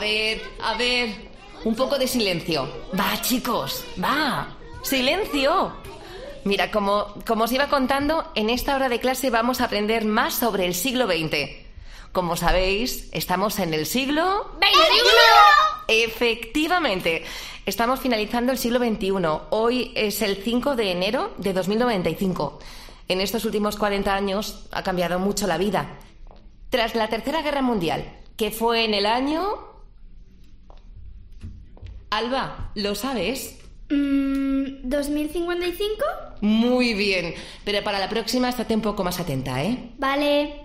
ver, a ver. Un poco de silencio. Va, chicos, va. Silencio. Mira, como, como os iba contando, en esta hora de clase vamos a aprender más sobre el siglo XX. Como sabéis, estamos en el siglo... Efectivamente. Estamos finalizando el siglo XXI. Hoy es el 5 de enero de 2095. En estos últimos 40 años ha cambiado mucho la vida. Tras la Tercera Guerra Mundial, que fue en el año... Alba, ¿lo sabes? Mm, ¿2055? Muy bien. Pero para la próxima estate un poco más atenta, ¿eh? Vale.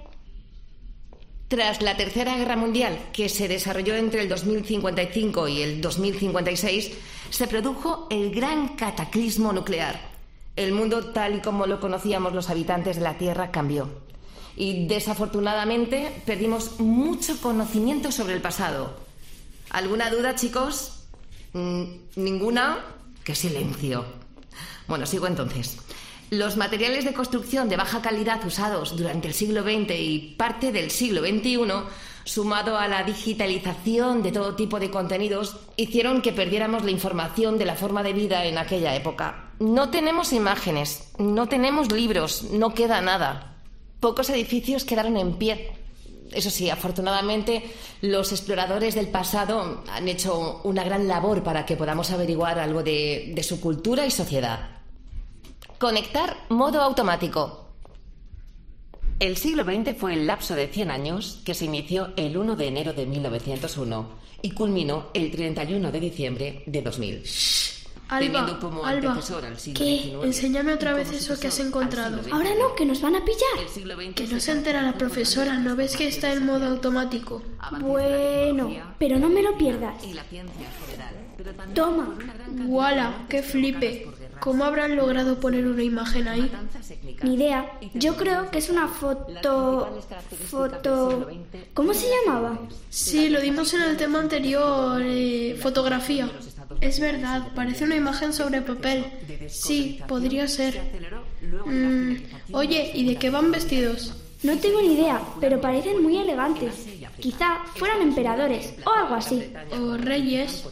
Tras la Tercera Guerra Mundial, que se desarrolló entre el 2055 y el 2056, se produjo el gran cataclismo nuclear. El mundo tal y como lo conocíamos los habitantes de la Tierra cambió. Y desafortunadamente perdimos mucho conocimiento sobre el pasado. ¿Alguna duda, chicos? Mm, ¿Ninguna? ¡Qué silencio! Bueno, sigo entonces. Los materiales de construcción de baja calidad usados durante el siglo XX y parte del siglo XXI, sumado a la digitalización de todo tipo de contenidos, hicieron que perdiéramos la información de la forma de vida en aquella época. No tenemos imágenes, no tenemos libros, no queda nada. Pocos edificios quedaron en pie. Eso sí, afortunadamente los exploradores del pasado han hecho una gran labor para que podamos averiguar algo de, de su cultura y sociedad. Conectar modo automático. El siglo XX fue el lapso de 100 años que se inició el 1 de enero de 1901 y culminó el 31 de diciembre de 2000. Alba, Teniendo como Alba, antecesor al siglo ¿qué? XIX, enséñame otra como vez eso que has sucesor al encontrado. siglo Ahora no, que nos van a El pillar. siglo XX que no se entera la profesora, ¿no ves que está en modo automático? Bueno, pero no me lo pierdas. y la ciencia general, pero también Toma. ¡Wala! ¡Qué flipe! ¿Cómo habrán logrado poner una imagen ahí? danzas étnicas. Ni idea. Yo creo que es una foto... Foto... ¿Cómo se llamaba? Sí, lo dimos en el tema anterior, eh, fotografía. Es verdad, parece una imagen sobre papel. Sí, podría ser. Aceleró luego la Mm, oye, ¿y de qué van vestidos? No tengo ni idea, pero parecen muy elegantes. Quizá fueran emperadores o algo así. ¿O reyes?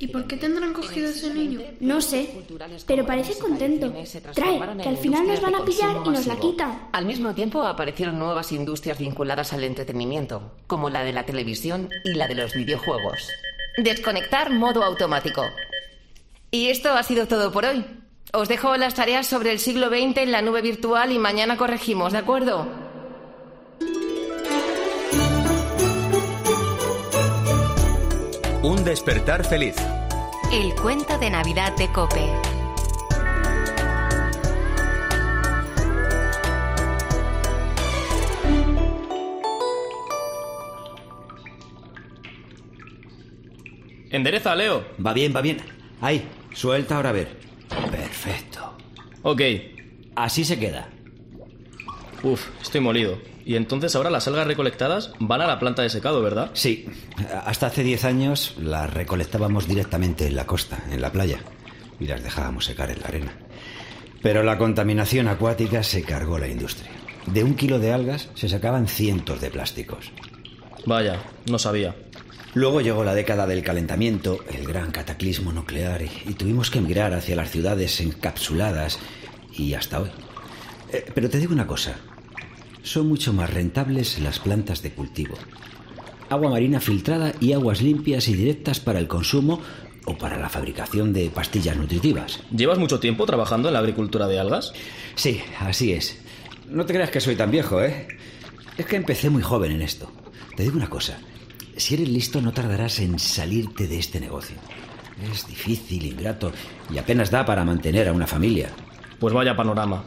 ¿Y por qué tendrán cogido a ese niño? No sé, pero parece contento. Trae, que al final nos van a pillar y nos la quitan. Al mismo tiempo aparecieron nuevas industrias vinculadas al entretenimiento, como la de la televisión y la de los videojuegos. Desconectar modo automático. Y esto ha sido todo por hoy. Os dejo las tareas sobre el siglo XX en la nube virtual y mañana corregimos, ¿de acuerdo? Un despertar feliz. El cuento de Navidad de Cope. Endereza, Leo. Va bien, va bien. Ahí, suelta ahora a ver. Perfecto. Ok. Así se queda. Uf, estoy molido. Y entonces ahora las algas recolectadas van a la planta de secado, ¿verdad? Sí, hasta hace 10 años las recolectábamos directamente en la costa, en la playa, y las dejábamos secar en la arena. Pero la contaminación acuática se cargó la industria. De un kilo de algas se sacaban cientos de plásticos. Vaya, no sabía. Luego llegó la década del calentamiento, el gran cataclismo nuclear, y, y tuvimos que emigrar hacia las ciudades encapsuladas y hasta hoy. Eh, pero te digo una cosa, son mucho más rentables las plantas de cultivo. Agua marina filtrada y aguas limpias y directas para el consumo o para la fabricación de pastillas nutritivas. ¿Llevas mucho tiempo trabajando en la agricultura de algas? Sí, así es. No te creas que soy tan viejo, ¿eh? Es que empecé muy joven en esto. Te digo una cosa. Si eres listo, no tardarás en salirte de este negocio. Es difícil, ingrato, y apenas da para mantener a una familia. Pues vaya panorama.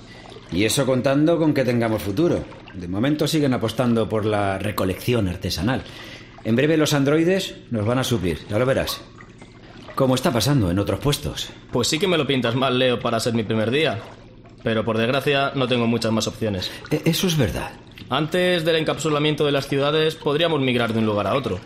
Y eso contando con que tengamos futuro. De momento siguen apostando por la recolección artesanal. En breve los androides nos van a suplir, ya lo verás. Como está pasando en otros puestos. Pues sí que me lo pintas mal, Leo, para ser mi primer día. Pero por desgracia no tengo muchas más opciones. E- Eso es verdad. Antes del encapsulamiento de las ciudades podríamos migrar de un lugar a otro.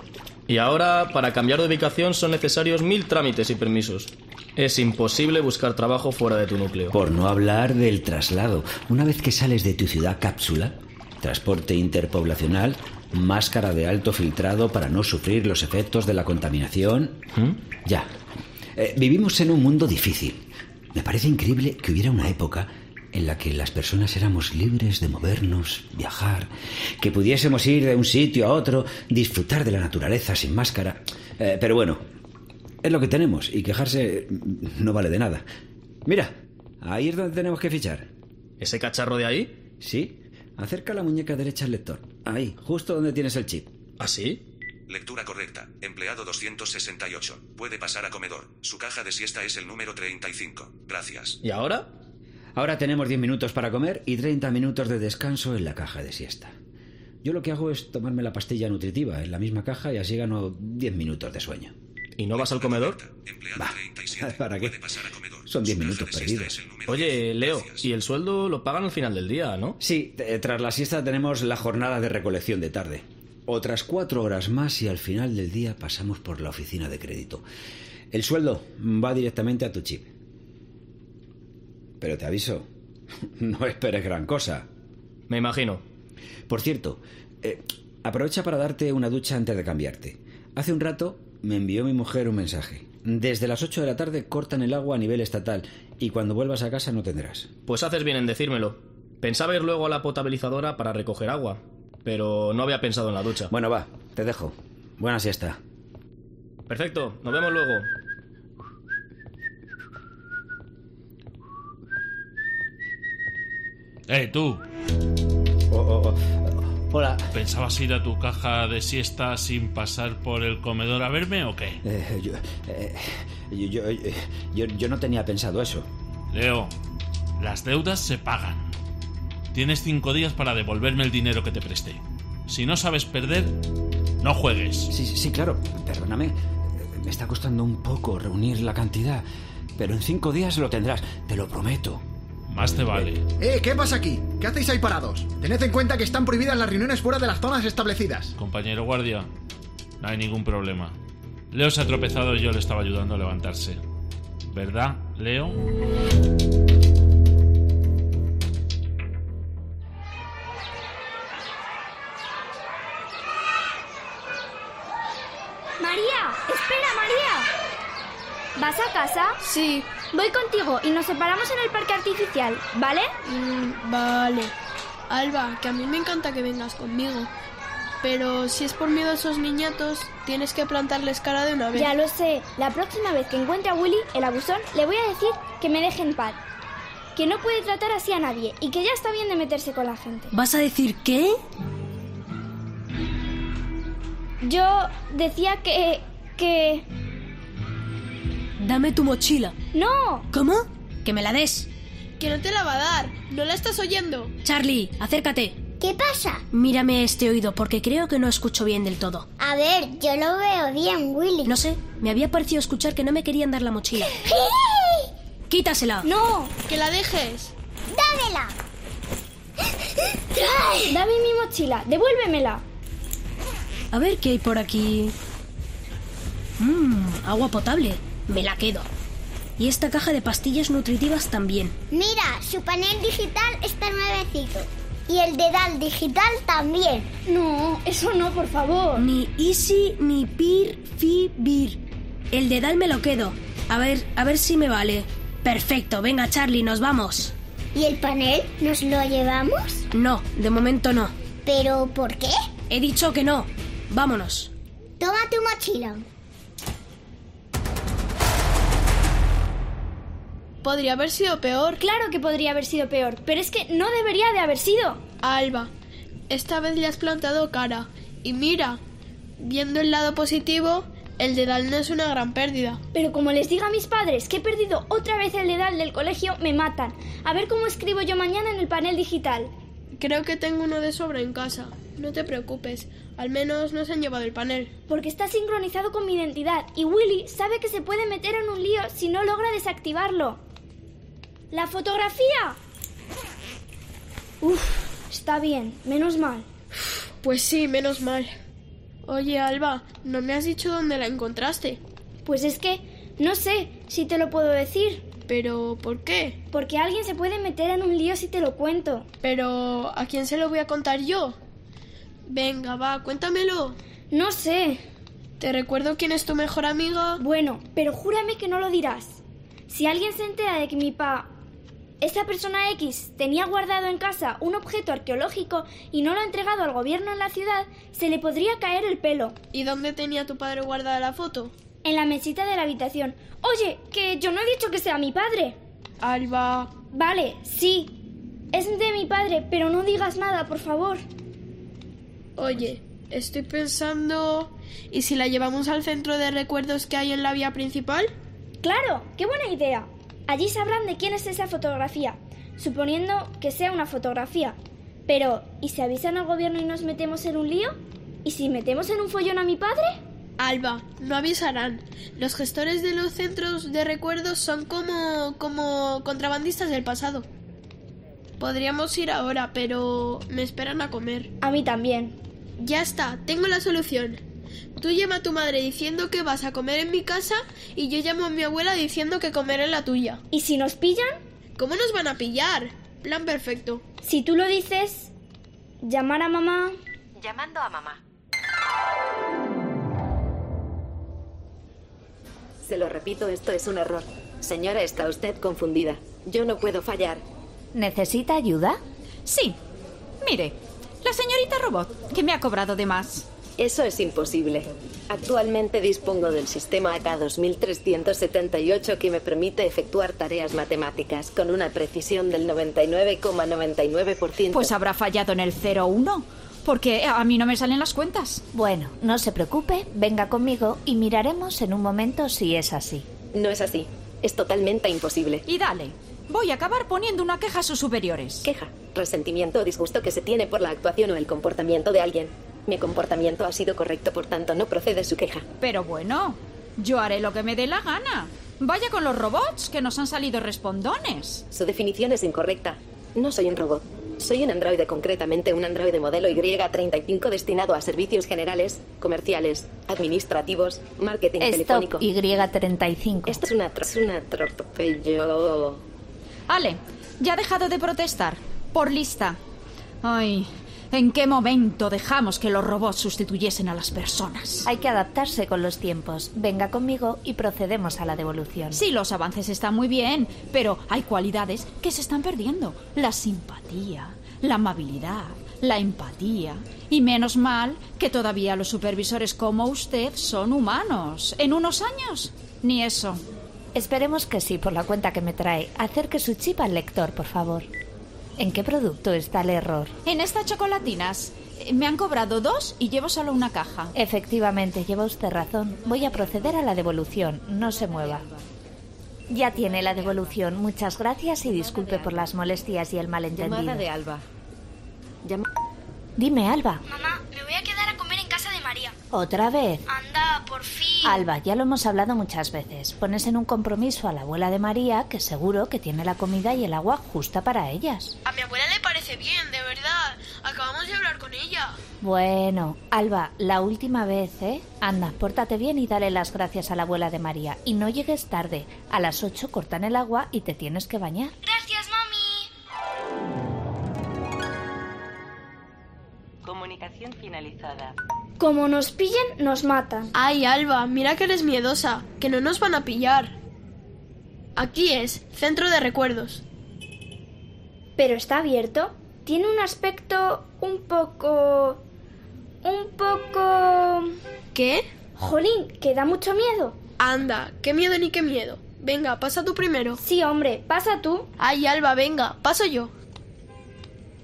Y ahora, para cambiar de ubicación son necesarios mil trámites y permisos. Es imposible buscar trabajo fuera de tu núcleo. Por no hablar del traslado. Una vez que sales de tu ciudad cápsula, transporte interpoblacional, máscara de alto filtrado para no sufrir los efectos de la contaminación. ¿Mm? Ya. Eh, vivimos en un mundo difícil. Me parece increíble que hubiera una época en la que las personas éramos libres de movernos, viajar, que pudiésemos ir de un sitio a otro, disfrutar de la naturaleza sin máscara. Eh, pero bueno, es lo que tenemos y quejarse mm, no vale de nada. Mira, ahí es donde tenemos que fichar. ¿Ese cacharro de ahí? ¿Sí? Acerca la muñeca derecha al lector. Ahí, justo donde tienes el chip. ¿Ah, ¿Así? Lectura correcta. Empleado 268. Puede pasar a comedor. Su caja de siesta es el número 35. Gracias. ¿Y ahora? Ahora tenemos 10 minutos para comer y 30 minutos de descanso en la caja de siesta. Yo lo que hago es tomarme la pastilla nutritiva en la misma caja y así gano 10 minutos de sueño. ¿Y no vas al comedor? Empleado Bah, 37. ¿para qué? Puede pasar a comedor. Son diez Su caja minutos de siesta perdidos. es el número Oye, 10. Leo, Gracias. y el sueldo lo pagan al final del día, ¿no? Sí, eh, tras la siesta tenemos la jornada de recolección de tarde. Otras cuatro horas más y al final del día pasamos por la oficina de crédito. El sueldo va directamente a tu chip. Pero te aviso, no esperes gran cosa. Me imagino. Por cierto, eh, aprovecha para darte una ducha antes de cambiarte. Hace un rato me envió mi mujer un mensaje. Desde las 8 de la tarde cortan el agua a nivel estatal y cuando vuelvas a casa no tendrás. Pues haces bien en decírmelo. Pensaba ir luego a la potabilizadora para recoger agua, pero no había pensado en la ducha. Bueno, va, te dejo. Buena siesta. Perfecto, nos vemos luego. Eh, tú, Hola. ¿pensabas ir a tu caja de siesta sin pasar por el comedor a verme o qué? Eh, yo, eh, yo, yo- eh, yo- yo no tenía pensado eso. Leo, las deudas se pagan. Tienes cinco días para devolverme el dinero que te presté. Si no sabes perder, no juegues. Sí, sí, sí, claro, perdóname. Eh, Me está costando un poco reunir la cantidad, pero en cinco días lo tendrás, te lo prometo. Más te vale. Eh, ¿qué pasa aquí? ¿Qué hacéis ahí parados? Tened en cuenta que están prohibidas las reuniones fuera de las zonas establecidas. Compañero guardia, no hay ningún problema. Leo se ha tropezado y yo le estaba ayudando a levantarse. ¿Verdad, Leo? María, espera, María. ¿Vas a casa? Sí, Voy contigo y nos separamos en el parque artificial, ¿vale? mm, vale. Alba, que a mí me encanta que vengas conmigo. Pero si es por miedo a esos niñatos, tienes que plantarles cara de una vez. Ya lo sé. La próxima vez que encuentre a Willy, el abusón, le voy a decir que me deje en paz. Que no puede tratar así a nadie y que ya está bien de meterse con la gente. ¿Vas a decir qué? Yo decía que... que... Dame tu mochila. ¡No! ¿Cómo? Que me la des. Que no te la va a dar. ¿No la estás oyendo? Charlie, acércate. ¿Qué pasa? Mírame este oído porque creo que no escucho bien del todo. A ver, yo lo veo bien, Willy. No sé, me había parecido escuchar que no me querían dar la mochila. Quítasela. ¡No! Que la dejes. ¡Dámela! Dame mi mochila, devuélvemela. A ver qué hay por aquí. Mmm, agua potable. Me la quedo. Y esta caja de pastillas nutritivas también. Mira, su panel digital está nuevecito. Y el dedal digital también. No, eso no, por favor. Ni easy, ni pir, fi, bir. El dedal me lo quedo. A ver, a ver si me vale. Perfecto, venga Charlie, nos vamos. ¿Y el panel nos lo llevamos? No, de momento no. ¿Pero por qué? He dicho que no. Vámonos. Toma tu mochila. Podría haber sido peor. Claro que podría haber sido peor, pero es que no debería de haber sido. Alba, esta vez le has plantado cara. Y mira, viendo el lado positivo, el dedal no es una gran pérdida. Pero como les diga a mis padres que he perdido otra vez el dedal del colegio, me matan. A ver cómo escribo yo mañana en el panel digital. Creo que tengo uno de sobra en casa. No te preocupes, al menos no se han llevado el panel. Porque está sincronizado con mi identidad y Willy sabe que se puede meter en un lío si no logra desactivarlo. ¡La fotografía! Uf, está bien, menos mal. Pues sí, menos mal. Oye, Alba, no me has dicho dónde la encontraste. Pues es que, no sé si te lo puedo decir, Pero, ¿por qué? porque alguien se puede meter en un lío si te lo cuento. Pero, ¿a quién se lo voy a contar yo? Venga, va, cuéntamelo. No sé. Te recuerdo quién es tu mejor amiga. Bueno, pero júrame que no lo dirás. Si alguien se entera de que mi pa... Esa persona X tenía guardado en casa un objeto arqueológico y no lo ha entregado al gobierno en la ciudad, se le podría caer el pelo. ¿Y dónde tenía tu padre guardada la foto? En la mesita de la habitación. Oye, que yo no he dicho que sea mi padre. Alba. Vale, sí. Es de mi padre, pero no digas nada, por favor. Oye, estoy pensando... ¿Y si la llevamos al centro de recuerdos que hay en la vía principal? Claro, qué buena idea. Allí sabrán de quién es esa fotografía, suponiendo que sea una fotografía. Pero, ¿y si avisan al gobierno y nos metemos en un lío? ¿Y si metemos en un follón a mi padre? Alba, no avisarán. Los gestores de los centros de recuerdos son como como contrabandistas del pasado. Podríamos ir ahora, pero me esperan a comer. A mí también. Ya está, tengo la solución. Tú llama a tu madre diciendo que vas a comer en mi casa y yo llamo a mi abuela diciendo que comer en la tuya. ¿Y si nos pillan? ¿Cómo nos van a pillar? Plan perfecto. Si tú lo dices, llamar a mamá. Llamando a mamá. Se lo repito, esto es un error. Señora, está usted confundida. Yo no puedo fallar. ¿Necesita ayuda? Sí. Mire, la señorita robot, que me ha cobrado de más. Eso es imposible. Actualmente dispongo del sistema AK-2378 que me permite efectuar tareas matemáticas con una precisión del 99,99%. ,99%. Pues habrá fallado en el 01, porque a mí no me salen las cuentas. Bueno, no se preocupe, venga conmigo y miraremos en un momento si es así. No es así, es totalmente imposible. Y dale, voy a acabar poniendo una queja a sus superiores. Queja, resentimiento o disgusto que se tiene por la actuación o el comportamiento de alguien. Mi comportamiento ha sido correcto, por tanto, no procede su queja. Pero bueno, yo haré lo que me dé la gana. Vaya con los robots, que nos han salido respondones. Su definición es incorrecta. No soy un robot. Soy un androide, concretamente un androide modelo Y35 destinado a servicios generales, comerciales, administrativos, marketing Stop, telefónico. Y35. Esto es una, es una atropello. Ale, ya ha dejado de protestar. Por lista. Ay, ¿En qué momento dejamos que los robots sustituyesen a las personas? Hay que adaptarse con los tiempos. Venga conmigo y procedemos a la devolución. Sí, los avances están muy bien, pero hay cualidades que se están perdiendo. La simpatía, la amabilidad, la empatía. Y menos mal que todavía los supervisores como usted son humanos. En unos años, ni eso. Esperemos que sí, por la cuenta que me trae. Acerque su chip al lector, por favor. ¿En qué producto está el error? En estas chocolatinas. eh, Me han cobrado dos y llevo solo una caja. Efectivamente, lleva usted razón. Voy a proceder a la devolución. No se mueva. Ya tiene la devolución. Muchas gracias y disculpe por las molestias y el malentendido. Llamada de Alba. Llama... Dime, Alba. Mamá, me voy a quedar a comer en casa de María. ¿Otra vez? Anda, por fin. Alba, ya lo hemos hablado muchas veces. Pones en un compromiso a la abuela de María, que seguro que tiene la comida y el agua justa para ellas. A mi abuela le parece bien, de verdad. Acabamos de hablar con ella. Bueno, Alba, la última vez, ¿eh? Anda, pórtate bien y dale las gracias a la abuela de María. Y no llegues tarde. A las 8 cortan el agua y te tienes que bañar. Gracias, mami. Comunicación finalizada. Como nos pillen, nos matan. Ay, Alba, mira que eres miedosa, que no nos van a pillar. Aquí es, centro de recuerdos. Pero está abierto. Tiene un aspecto un poco... Un poco... ¿Qué? Jolín, que da mucho miedo. Anda, qué miedo ni qué miedo. Venga, pasa tú primero. Sí, hombre, pasa tú. Ay, Alba, venga, paso yo.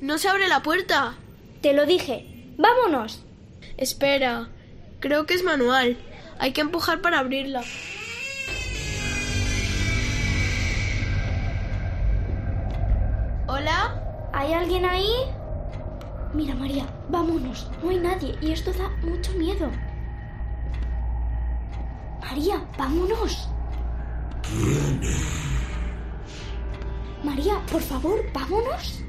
No se abre la puerta. Te lo dije. ¡Vámonos! Espera. Creo que es manual. Hay que empujar para abrirla. ¿Hola? ¿Hay alguien ahí? Mira, María, vámonos. No hay nadie y esto da mucho miedo. María, vámonos. María, por favor, vámonos.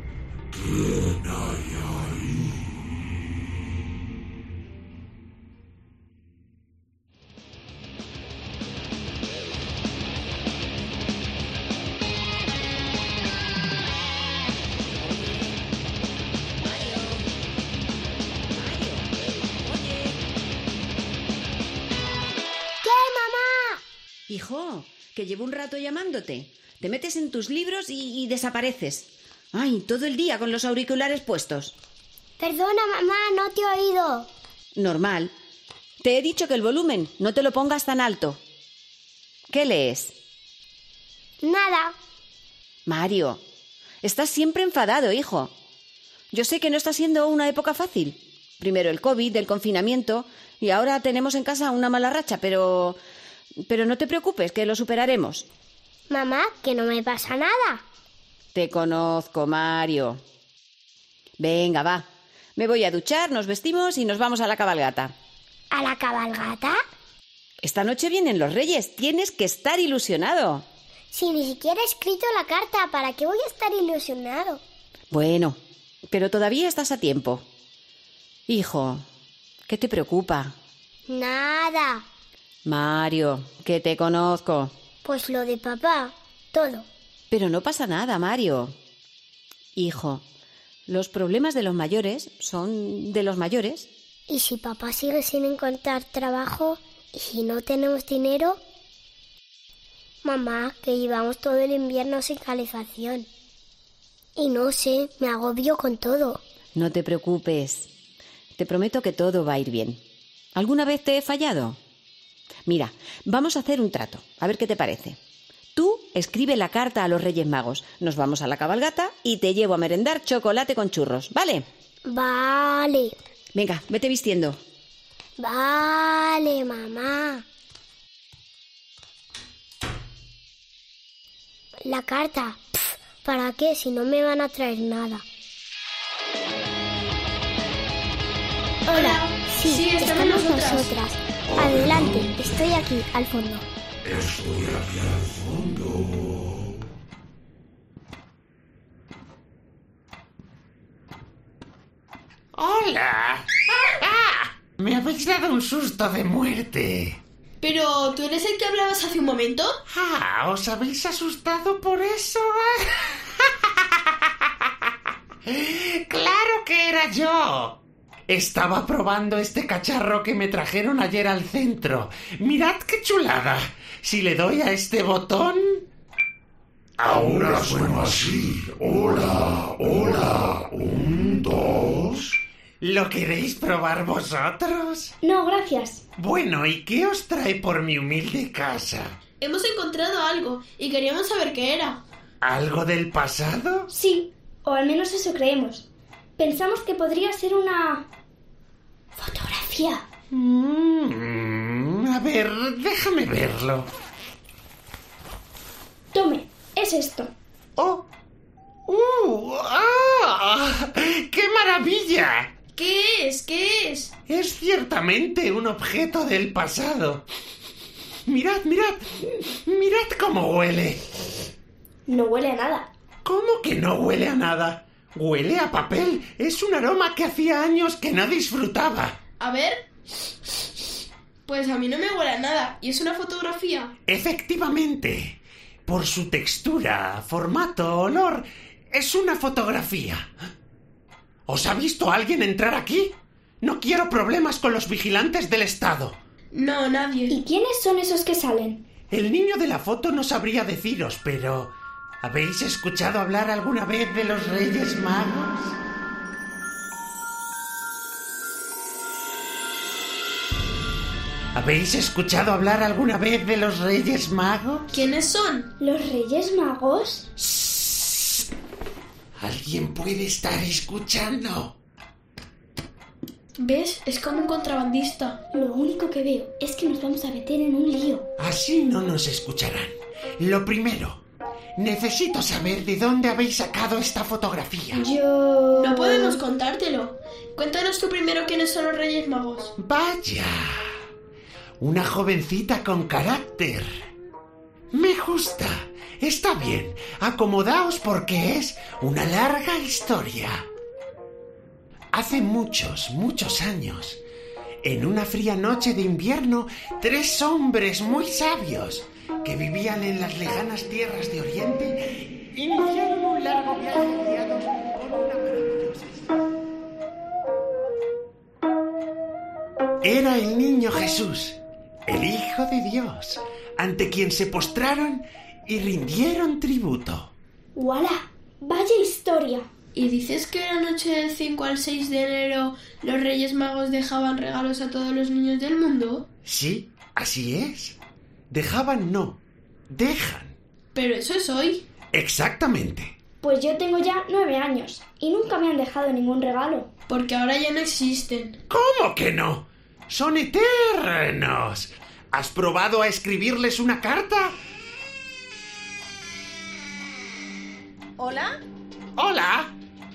Hijo, que llevo un rato llamándote. Te metes en tus libros y, y desapareces. Ay, todo el día con los auriculares puestos. Perdona, mamá, no te he oído. Normal. Te he dicho que el volumen no te lo pongas tan alto. ¿Qué lees? Nada. Mario, estás siempre enfadado, hijo. Yo sé que no está siendo una época fácil. Primero el COVID, el confinamiento, y ahora tenemos en casa una mala racha, pero... Pero no te preocupes, que lo superaremos. Mamá, que no me pasa nada. Te conozco, Mario. Venga, va. Me voy a duchar, nos vestimos y nos vamos a la cabalgata. ¿A la cabalgata? Esta noche vienen los reyes. Tienes que estar ilusionado. Si ni siquiera he escrito la carta, ¿para qué voy a estar ilusionado? Bueno, pero todavía estás a tiempo. Hijo, ¿qué te preocupa? Nada. Mario, que te conozco. Pues lo de papá, todo. Pero no pasa nada, Mario. Hijo, los problemas de los mayores son de los mayores. ¿Y si papá sigue sin encontrar trabajo? ¿Y si no tenemos dinero? Mamá, que llevamos todo el invierno sin calefacción. Y no sé, me agobio con todo. No te preocupes. Te prometo que todo va a ir bien. ¿Alguna vez te he fallado? Mira, vamos a hacer un trato. A ver qué te parece. Tú escribe la carta a los Reyes Magos. Nos vamos a la cabalgata y te llevo a merendar chocolate con churros, ¿vale? Vale. Venga, vete vistiendo. Vale, mamá. La carta. Pf, ¿Para qué? Si no me van a traer nada. Hola, sí, estamos nosotras. Adelante, estoy aquí, al fondo. Estoy aquí al fondo. ¡Hola! Me habéis dado un susto de muerte. Pero, ¿tú eres el que hablabas hace un momento? Ah, ¿os habéis asustado por eso? ¡Eh! ¡Claro que era yo! Estaba probando este cacharro que me trajeron ayer al centro. Mirad qué chulada. Si le doy a este botón... Ahora suena así. Hola, hola. Un, dos. ¿Lo queréis probar vosotros? No, gracias. Bueno, ¿y qué os trae por mi humilde casa? Hemos encontrado algo y queríamos saber qué era. ¿Algo del pasado? Sí, o al menos eso creemos. Pensamos que podría ser una... fotografía. Mm, a ver, déjame verlo. Tome, es esto. ¡Oh! ¡Uh! ¡Ah! ¡Qué maravilla! ¿Qué es? ¿Qué es? Es ciertamente un objeto del pasado. Mirad, mirad, mirad cómo huele. No huele a nada. ¿Cómo que no huele a nada? Huele a papel. Es un aroma que hacía años que no disfrutaba. A ver. Pues a mí no me huele a nada. ¿Y es una fotografía? Efectivamente, por su textura, formato, olor, es una fotografía. ¿Os ha visto alguien entrar aquí? No quiero problemas con los vigilantes del Estado. No, nadie. ¿Y quiénes son esos que salen? El niño de la foto no sabría deciros, pero... ¿Habéis escuchado hablar alguna vez de los Reyes Magos? ¿Habéis escuchado hablar alguna vez de los Reyes Magos? ¿Quiénes son? ¿Los Reyes Magos? Alguien puede estar escuchando. ¿Ves? Es como un contrabandista. Lo único que veo es que nos vamos a meter en un lío. Así no nos escucharán. Lo primero, necesito saber de dónde habéis sacado esta fotografía. Yo... No podemos contártelo. Cuéntanos tú primero quiénes son los Reyes Magos. Vaya. Una jovencita con carácter. Me gusta. Está bien. Acomodaos porque es una larga historia. Hace muchos, muchos años, en una fría noche de invierno, tres hombres muy sabios que vivían en las lejanas tierras de Oriente iniciaron un largo viaje guiados por una maravillosa estrella. Era el niño Jesús, el Hijo de Dios, ante quien se postraron y rindieron tributo. ¡Wala! ¡Vaya historia! ¿Y dices que la noche del 5 al 6 de enero los Reyes Magos dejaban regalos a todos los niños del mundo? Sí, así es. Dejaban no, dejan. Pero eso es hoy. Exactamente. Pues yo tengo ya nueve años y nunca me han dejado ningún regalo. Porque ahora ya no existen. ¿Cómo que no? Son eternos. ¿Has probado a escribirles una carta? ¿Hola? Hola.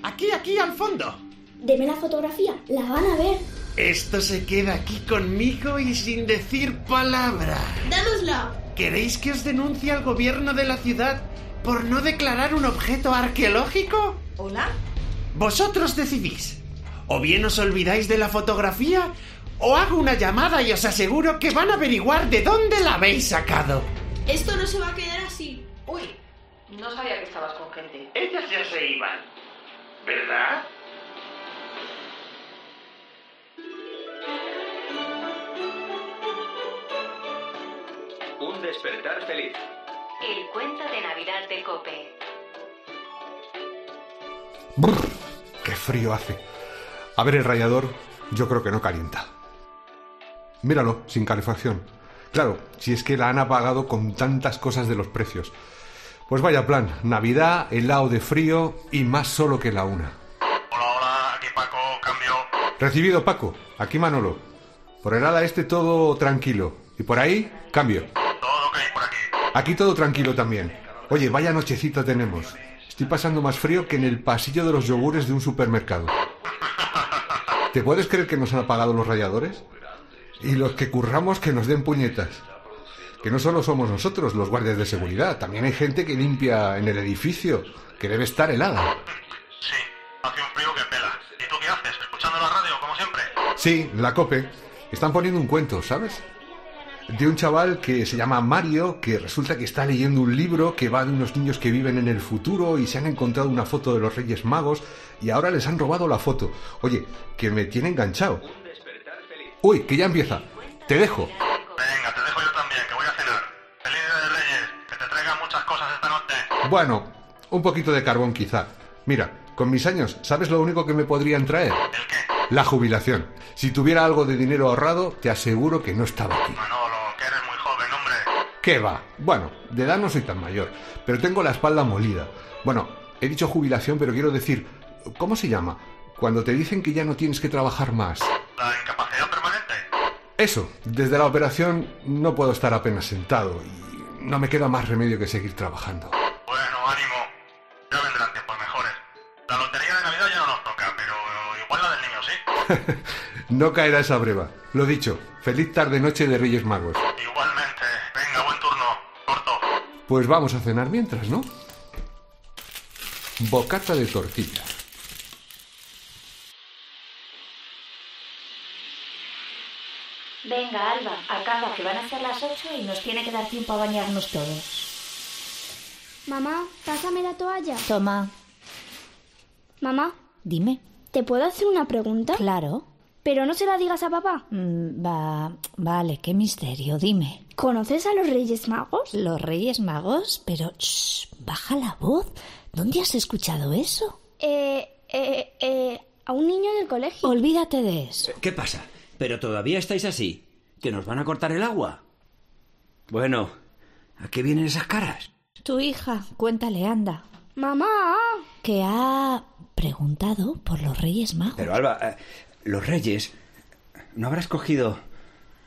Aquí, aquí, al fondo. Deme la fotografía, la van a ver. Esto se queda aquí conmigo y sin decir palabra. ¡Dánosla! ¿Queréis que os denuncie al gobierno de la ciudad por no declarar un objeto arqueológico? ¿Hola? Vosotros decidís. O bien os olvidáis de la fotografía, o hago una llamada y os aseguro que van a averiguar de dónde la habéis sacado. Esto no se va a quedar así. Uy, No sabía que estabas con gente. Ellas ya se iban, ¿verdad? Un despertar feliz. El cuento de Navidad de Cope. Brr, ¡Qué frío hace! A ver, el radiador yo creo que no calienta. Míralo, sin calefacción. Claro, si es que la han apagado con tantas cosas de los precios. Pues vaya plan, Navidad, helado de frío y más solo que la una. Hola, hola, aquí Paco, cambio. Recibido Paco, aquí Manolo. Por el ala este todo tranquilo. Y por ahí, cambio. Todo por aquí. Aquí todo tranquilo también. Oye, vaya nochecita tenemos. Estoy pasando más frío que en el pasillo de los yogures de un supermercado. ¿Te puedes creer que nos han apagado los radiadores? Y los que curramos que nos den puñetas. Que no solo somos nosotros los guardias de seguridad, también hay gente que limpia en el edificio, que debe estar helada. Sí, la cope. Están poniendo un cuento, ¿sabes? De un chaval que se llama Mario, que resulta que está leyendo un libro que va de unos niños que viven en el futuro y se han encontrado una foto de los Reyes Magos y ahora les han robado la foto. Oye, que me tiene enganchado. Uy, que ya empieza. Te dejo. Bueno, un poquito de carbón quizá. Mira, con mis años, ¿sabes lo único que me podrían traer? La jubilación. Si tuviera algo de dinero ahorrado, te aseguro que no estaba aquí. ¿Qué va? Bueno, de edad no soy tan mayor, pero tengo la espalda molida. Bueno, he dicho jubilación, pero quiero decir, ¿cómo se llama? Cuando te dicen que ya no tienes que trabajar más. ¿La incapacidad permanente? Eso, desde la operación no puedo estar apenas sentado y no me queda más remedio que seguir trabajando. No caerá esa breva. Lo dicho, feliz tarde-noche de Reyes Magos. Pues vamos a cenar mientras, ¿no? Bocata de tortilla. Venga, Alba, acaba, que van a ser las ocho y nos tiene que dar tiempo a bañarnos todos. Mamá, pásame la toalla. Toma, Mamá, dime. ¿te puedo hacer una pregunta? Claro. Pero no se la digas a papá. Mm, va, vale, qué misterio, dime. ¿Conoces a los Reyes Magos? Los Reyes Magos, pero shh, baja la voz. ¿Dónde has escuchado eso? Eh, eh, eh, a un niño del colegio. Olvídate de eso. Eh, ¿Qué pasa? ¿Pero todavía estáis así? ¿Que nos van a cortar el agua? Bueno, ¿a qué vienen esas caras? Tu hija, cuéntale, anda. Mamá. Que ha preguntado por los Reyes Magos. Pero Alba, eh, los reyes... ¿No habrás cogido...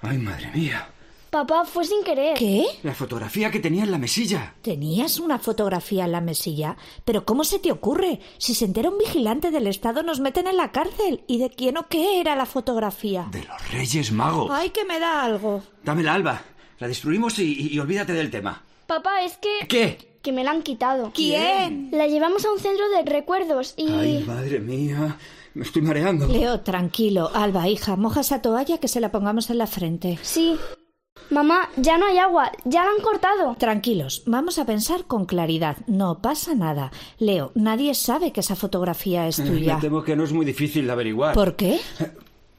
Ay, madre mía. Papá fue sin querer. ¿Qué? La fotografía que tenía en la mesilla. Tenías una fotografía en la mesilla, pero ¿cómo se te ocurre? Si se entera un vigilante del Estado nos meten en la cárcel. ¿Y de quién o qué era la fotografía? Los reyes magos. Ay, que me da algo. Dámela, Alba. La destruimos y, y olvídate del tema. Papá, es que... ¿Qué? Que me la han quitado. ¿Quién? La llevamos a un centro de recuerdos y... Ay, madre mía. Me estoy mareando. Leo, tranquilo. Alba, hija, moja esa toalla que se la pongamos en la frente. Sí. Mamá, ya no hay agua. Ya la han cortado. Tranquilos, vamos a pensar con claridad. No pasa nada. Leo, nadie sabe que esa Eh, fotografía es Me tuya. temo que no es muy difícil de averiguar. ¿Por qué?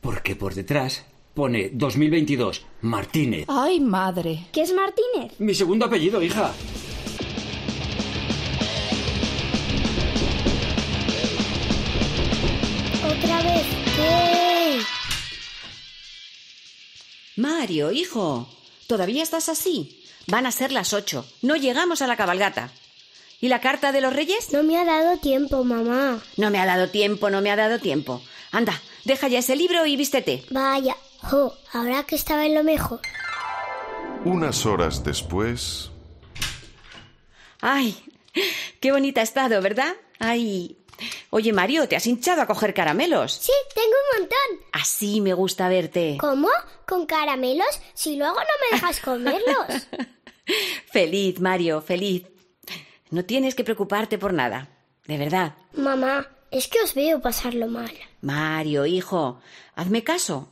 Porque por detrás pone 2022, Martínez. ¡Ay, madre! ¿Qué es Martínez? Mi segundo apellido, hija. Otra vez. ¿Qué? Mario, hijo, ¿todavía estás así? Van a ser las ocho. No llegamos a la cabalgata. ¿Y la carta de los reyes? No me ha dado tiempo, mamá. No me ha dado tiempo, no me ha dado tiempo. Anda, deja ya ese libro y vístete. Vaya, jo, ahora que estaba en lo mejor. Unas horas después, Ay, qué bonita ha estado, ¿verdad? Ay. Oye, Mario, ¿te has hinchado a coger caramelos? Sí, tengo un montón. Así me gusta verte. ¿Cómo? ¿Con caramelos? Si luego no me dejas comerlos. Feliz, Mario, feliz. No tienes que preocuparte por nada. De verdad. Mamá, es que os veo pasarlo mal. Mario, hijo, hazme caso.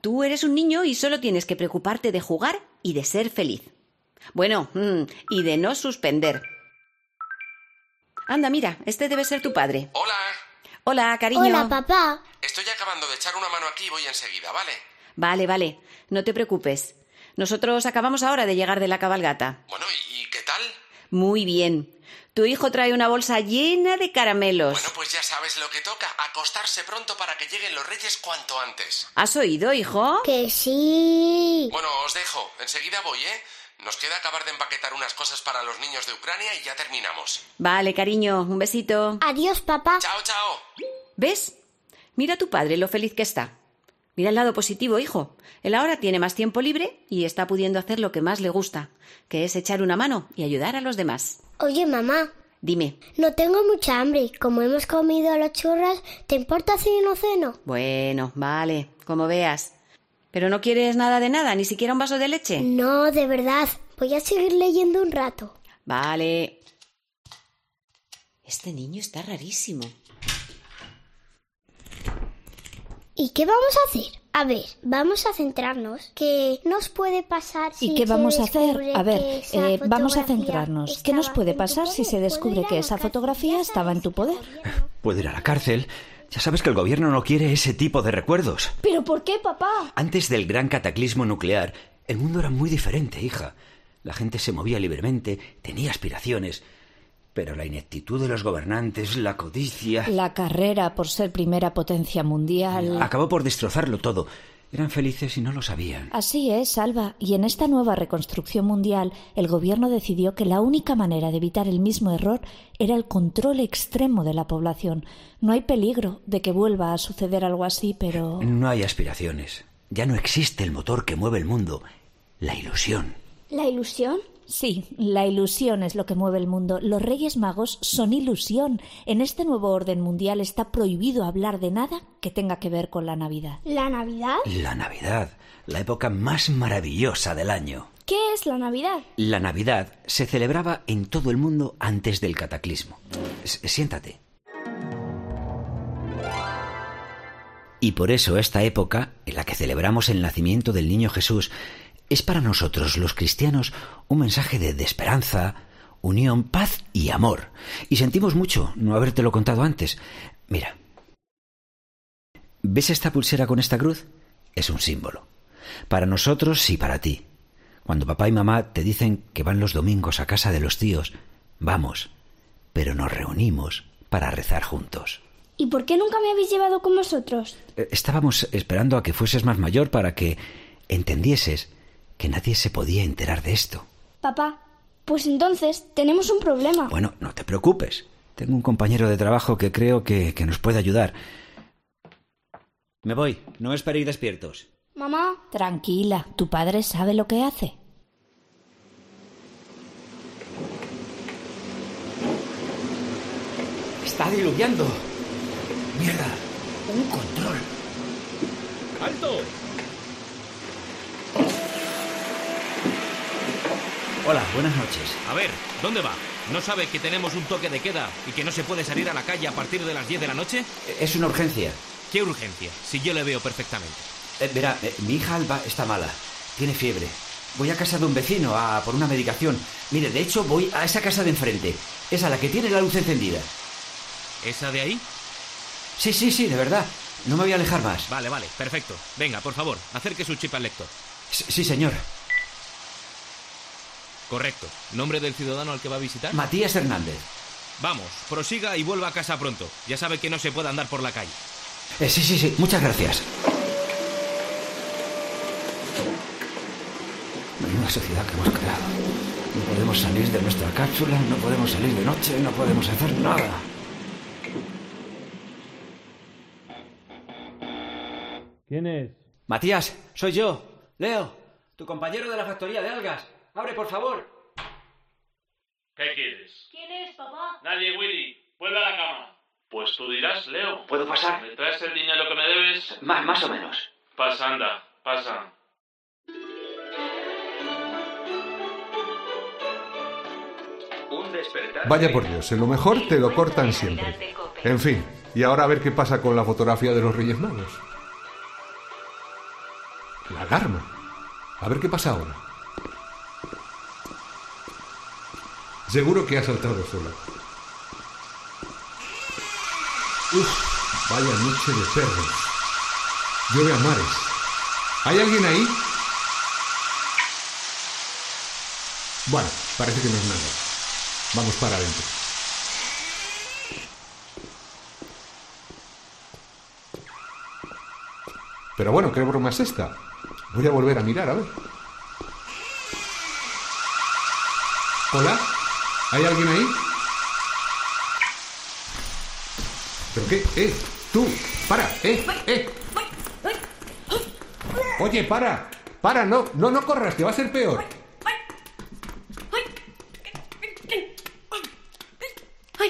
Tú eres un niño y solo tienes que preocuparte de jugar y de ser feliz. Bueno, mm, y de no suspender. Anda, mira, este debe ser tu padre. Hola, Hola, cariño. Hola, papá. estoy acabando de echar una mano aquí y voy enseguida, ¿vale? Vale, vale, no te preocupes. Nosotros acabamos ahora de llegar de la cabalgata. Bueno, ¿y, y qué tal? Muy bien. Tu hijo trae una bolsa llena de caramelos. Bueno, pues ya sabes lo que toca, acostarse pronto para que lleguen los reyes cuanto antes. ¿Has oído, hijo? Que sí. Bueno, os dejo, enseguida voy, ¿eh? Nos queda acabar de empaquetar unas cosas para los niños de Ucrania y ya terminamos. Vale, cariño, un besito. Adiós, papá. Chao, chao. ¿Ves? Mira a tu padre lo feliz que está. Mira el lado positivo, hijo. Él ahora tiene más tiempo libre y está pudiendo hacer lo que más le gusta, que es echar una mano y ayudar a los demás. Oye, mamá, Dime, no tengo mucha hambre. Como hemos comido los churros, ¿te importa si no ceno? bueno, vale, como veas. Pero no quieres nada de nada, ni siquiera un vaso de leche. No, de verdad. Voy a seguir leyendo un rato. Vale. Este niño está rarísimo. ¿Y qué vamos a hacer? A ver, vamos a centrarnos. ¿Qué nos puede pasar si ¿Y qué se vamos a hacer? descubre A ver, que esa eh, vamos a fotografía centrarnos. ¿Qué nos puede pasar si se descubre que esa fotografía estaba en tu poder? Puedo ir a la cárcel. Ya sabes que el gobierno no quiere ese tipo de recuerdos. ¿Pero por qué, papá? Antes del gran cataclismo nuclear, el mundo era muy diferente, hija. La gente se movía libremente, tenía aspiraciones. Pero la ineptitud de los gobernantes, la codicia... La carrera por ser primera potencia mundial. Acabó por destrozarlo todo. Eran felices y no lo sabían. Así es, Alba. Y en esta nueva reconstrucción mundial, el gobierno decidió que la única manera de evitar el mismo error era el control extremo de la población. No hay peligro de que vuelva a suceder algo así, pero. No hay aspiraciones. Ya no existe el motor que mueve el mundo. La ilusión. ¿La ilusión? Sí, la ilusión es lo que mueve el mundo. Los Reyes Magos son ilusión. En este nuevo orden mundial está prohibido hablar de nada que tenga que ver con la Navidad. ¿La Navidad? La Navidad. La época más maravillosa del año. ¿Qué es la Navidad? La Navidad se celebraba en todo el mundo antes del cataclismo. S- siéntate. Y por eso esta época, en la que celebramos el nacimiento del niño Jesús, es para nosotros los cristianos un mensaje de, de esperanza, unión, paz y amor. Y sentimos mucho no habértelo contado antes. Mira. ¿Ves esta pulsera con esta cruz? Es un símbolo. Para nosotros y para ti. Cuando papá y mamá te dicen que van los domingos a casa de los tíos, vamos, pero nos reunimos para rezar juntos. ¿Y por qué nunca me habéis llevado con vosotros? Eh, Estábamos esperando a que fueses más mayor para que entendieses que nadie se podía enterar de esto. Papá, pues entonces tenemos un problema. Bueno, no te preocupes. Tengo un compañero de trabajo que creo que, que nos puede ayudar. Me voy. No esperéis despiertos. Mamá, Tranquila, tu padre sabe lo que hace. Está diluviando. Mierda, un control. ¡Alto! Hola, buenas noches. A ver, ¿dónde va? ¿No sabe que tenemos un toque de queda y que no se puede salir a la calle a partir de las 10 de la noche? Eh, Es una urgencia. ¿Qué urgencia? Si yo le veo perfectamente. Eh, verá, eh, mi hija Alba está mala. Tiene fiebre. Voy a casa de un vecino a por una medicación. Mire, de hecho voy a esa casa de enfrente. Es a la que tiene la luz encendida. ¿Esa de ahí? Sí, sí, sí, de verdad. No me voy a alejar más. Vale, vale, perfecto. Venga, por favor, acerque su chip al lector. S- sí, señor. Correcto. ¿Nombre del ciudadano al que va a visitar? Matías Hernández. Vamos, prosiga y vuelva a casa pronto. Ya sabe que no se puede andar por la calle. Eh, sí, sí, sí. Muchas gracias. Menuda sociedad que hemos creado. No podemos salir de nuestra cápsula, no podemos salir de noche, no podemos hacer nada. ¿Quién es? Matías, soy yo. Leo, tu compañero de la factoría de algas. Abre, por favor. ¿Qué quieres? ¿Quién es, papá? Nadie, Willy. Vuelve a la cama. Pues tú dirás, Leo. ¿Puedo pasar? ¿Me traes el dinero que me debes? Más, más o menos. Pasa, anda. Pasa. Un despertar Vaya por Dios, en lo mejor te lo cortan siempre. En fin, y ahora a ver qué pasa con la fotografía de los Reyes Magos. La alarma. A ver qué pasa ahora. Seguro que ha saltado sola. Uf, vaya noche de perros. Llueve a mares. ¿Hay alguien ahí? Bueno, parece que no es nada. Vamos para adentro. Pero bueno, ¿qué broma es esta? Voy a volver a mirar, a ver. ¿Hola? ¿Hay alguien ahí? ¿Pero qué? ¡Eh! ¡Tú! ¡Para! ¡Eh! ¡Eh! Oye, para. Para, no, no, no corras, que va a ser peor.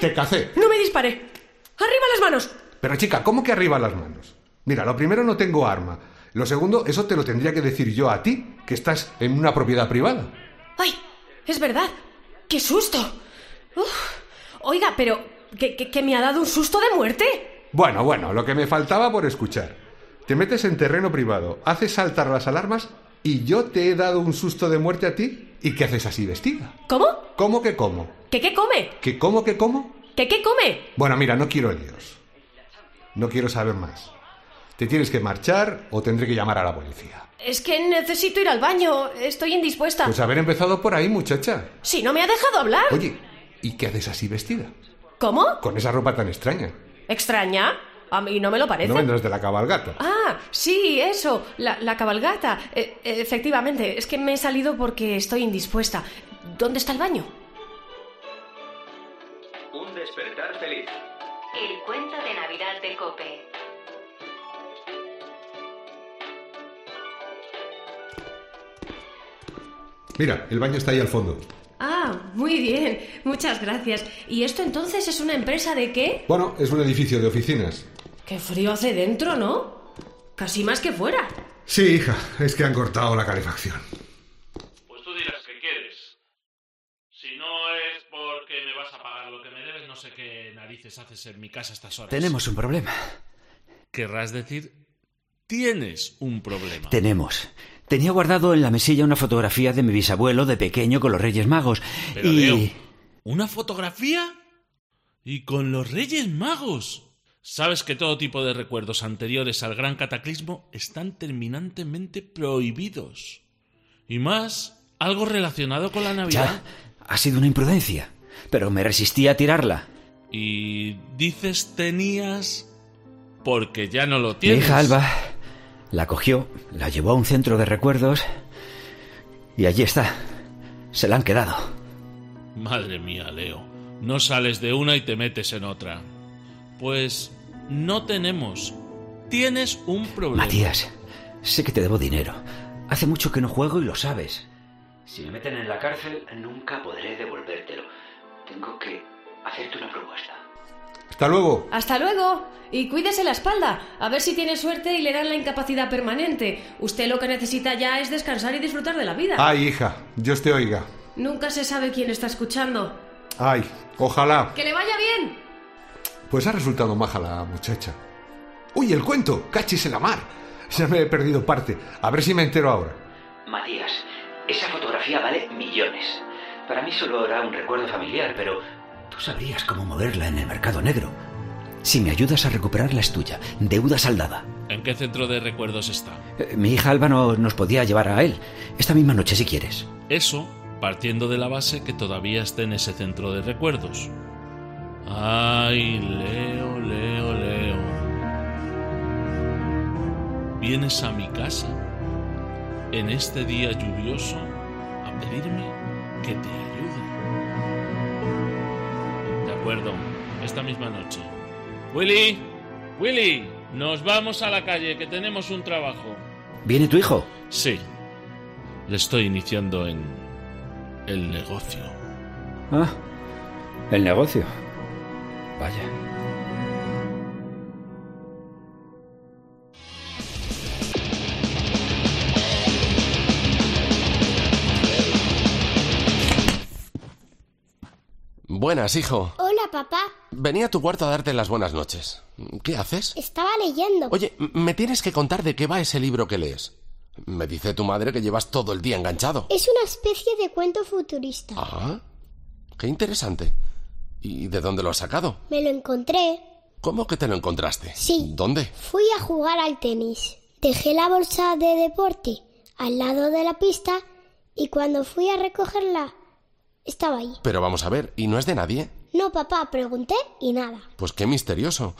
Te cacé. ¡No me dispare! ¡Arriba las manos! Pero chica, ¿cómo que arriba las manos? Mira, lo primero no tengo arma. Lo segundo, eso te lo tendría que decir yo a ti, que estás en una propiedad privada. ¡Ay! ¡Es verdad! ¡Qué susto! Uf. Oiga, pero... Que, que- que me ha dado un susto de muerte? Bueno, bueno, lo que me faltaba por escuchar. Te metes en terreno privado, haces saltar las alarmas y yo te he dado un susto de muerte a ti y ¿qué haces así vestida? ¿Cómo? ¿Cómo que cómo? ¿Que qué come? ¿Que cómo que cómo? ¿Que qué come? Bueno, mira, no quiero líos. No quiero saber más. Te tienes que marchar o tendré que llamar a la policía. Es que necesito ir al baño. Estoy indispuesta. Pues haber empezado por ahí, muchacha. Si no me ha dejado hablar. Oye, ¿y qué haces así vestida? ¿Cómo? Con esa ropa tan extraña. ¿Extraña? A mí no me lo parece. No vendrás de la cabalgata. Ah, sí, eso, la, la cabalgata. E- efectivamente, es que me he salido porque estoy indispuesta. ¿Dónde está el baño? Un despertar feliz. El cuento de Navidad de Cope. Mira, el baño está ahí al fondo. Ah, muy bien, muchas gracias. ¿Y esto entonces es una empresa de qué? Bueno, es un edificio de oficinas. Qué frío hace dentro, ¿no? Casi más que fuera. Sí, hija, es que han cortado la calefacción. Pues tú dirás que quieres. Si no es porque me vas a pagar lo que me debes, no sé qué narices haces en mi casa a estas horas. Tenemos un problema. Querrás decir, tienes un problema. Tenemos. Tenía guardado en la mesilla una fotografía de mi bisabuelo de pequeño con los Reyes Magos. Pero, y. Leo, ¿Una fotografía? ¿Y con los Reyes Magos? Sabes que todo tipo de recuerdos anteriores al gran cataclismo están terminantemente prohibidos. Y más, algo relacionado con la Ya, Navidad. ha sido una imprudencia. Pero me resistí a tirarla. Y dices tenías porque ya no lo Mi tienes. hija Alba la cogió, la llevó a un centro de recuerdos. Y allí está. Se la han quedado. Madre mía, Leo. No sales de una y te metes en otra. Pues no tenemos. Tienes un problema. Matías, sé que te debo dinero. Hace mucho que no juego y lo sabes. Si me meten en la cárcel, nunca podré devolvértelo. Tengo que hacerte una propuesta. Hasta luego. Hasta luego. Y cuídese la espalda. A ver si tiene suerte y le dan la incapacidad permanente. Usted lo que necesita ya es descansar y disfrutar de la vida. Ay, hija, Dios te oiga. Nunca se sabe quién está escuchando. Ay, ojalá. ¡Que le vaya bien! Pues ha resultado maja la muchacha. Uy, el cuento, cachis en la mar. Ya me he perdido parte. A ver si me entero ahora. Matías, esa fotografía vale millones. Para mí solo era un recuerdo familiar, pero tú sabrías cómo moverla en el mercado negro. Si me ayudas a recuperarla es tuya. Deuda saldada. ¿En qué centro de recuerdos está? Eh, Mi hija Alba no- nos podía llevar a él. Esta misma noche, si quieres. Eso partiendo de la base que todavía está en ese centro de recuerdos. Ay, Leo, Leo, Leo. ¿Vienes a mi casa en este día lluvioso a pedirme que te ayude? De acuerdo, esta misma noche. Willy, Willy, nos vamos a la calle que tenemos un trabajo. ¿Viene tu hijo? Sí. Le estoy iniciando en el negocio. Ah, el negocio. Vaya. Buenas, hijo. Hola, papá. Venía a tu cuarto a darte las buenas noches. ¿Qué haces? Estaba leyendo. Oye, m- me tienes que contar de qué va ese libro que lees. Me dice tu madre que llevas todo el día enganchado. Es una especie de cuento futurista. Ah, qué interesante. ¿Y de dónde lo has sacado? Me lo encontré. ¿Cómo que te lo encontraste? Sí. ¿Dónde? Fui a jugar al tenis. Dejé la bolsa de deporte al lado de la pista y cuando fui a recogerla, estaba ahí. Pero vamos a ver, ¿y no es de nadie? No, papá, pregunté y nada. Pues qué misterioso.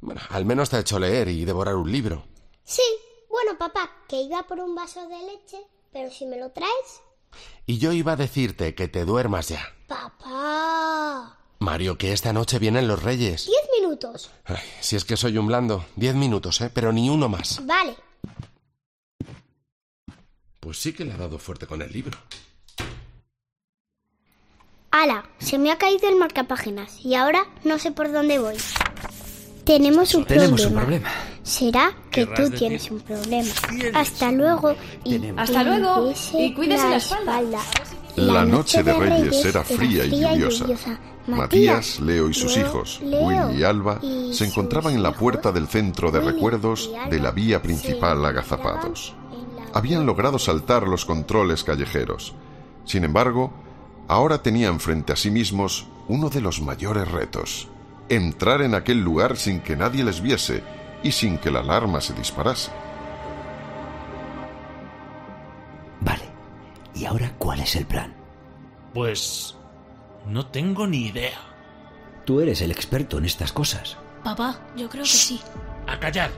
Bueno, al menos te ha hecho leer y devorar un libro. Sí, bueno, papá, que iba por un vaso de leche, pero si me lo traes... Y yo iba a decirte que te duermas ya. Papá. Mario, que esta noche vienen los reyes. Diez minutos. Ay, si es que soy un blando. Diez minutos, ¿eh? Pero ni uno más. Vale. Pues sí que le ha dado fuerte con el libro. Ala, se me ha caído el marcapáginas y ahora no sé por dónde voy. Tenemos un Tenemos un problema. problema. Será que Querrás tú decir- tienes un problema. Hasta luego y Tenemos. Hasta luego, cuídese y cuídese la espalda. La noche de Reyes era fría y lluviosa. Matías, Leo y sus Leo, hijos, Leo Will y Alba, y se encontraban en la puerta del centro de recuerdos de la vía principal agazapados. Habían logrado saltar los controles callejeros. Sin embargo, ahora tenían frente a sí mismos uno de los mayores retos. Entrar en aquel lugar sin que nadie les viese y sin que la alarma se disparase. ¿Y ahora cuál es el plan? Pues no tengo ni idea. Tú eres el experto en estas cosas. Papá, yo creo que sí. A callar.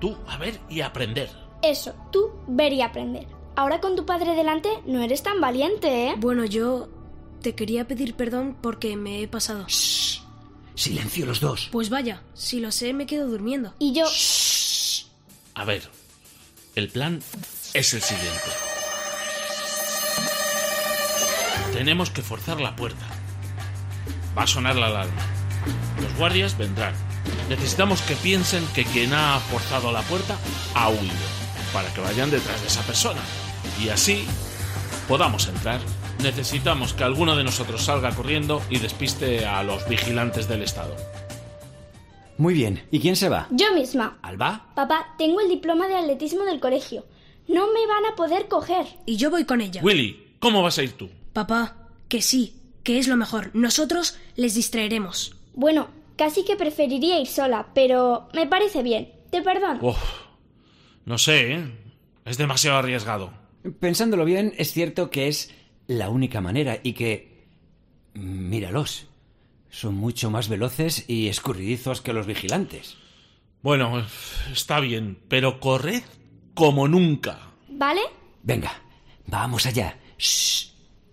Tú, a ver y a aprender. Eso, tú ver y aprender. Ahora con tu padre delante no eres tan valiente, ¿eh? Bueno, yo te quería pedir perdón porque me he pasado. Silencio los dos. Pues vaya, si lo sé me quedo durmiendo. Y yo... A ver, el plan es el siguiente. Tenemos que forzar la puerta. Va a sonar la alarma. Los guardias vendrán. Necesitamos que piensen que quien ha forzado la puerta ha huido, para que vayan detrás de esa persona. Y así podamos entrar. Necesitamos que alguno de nosotros salga corriendo y despiste a los vigilantes del Estado. Muy bien. ¿Y quién se va? Yo misma. ¿Alba? Papá, tengo el diploma de atletismo del colegio. No me van a poder coger. Y yo voy con ella. Willy, ¿cómo vas a ir tú? Papá, que sí, que es lo mejor. Nosotros les distraeremos. Bueno, casi que preferiría ir sola, pero me parece bien. Te perdono. Uf, no sé, ¿eh? Es demasiado arriesgado. Pensándolo bien, es cierto que es la única manera y que... Míralos. Son mucho más veloces y escurridizos que los vigilantes. Bueno, está bien, pero corred como nunca. ¿Vale? Venga, vamos allá. Shh,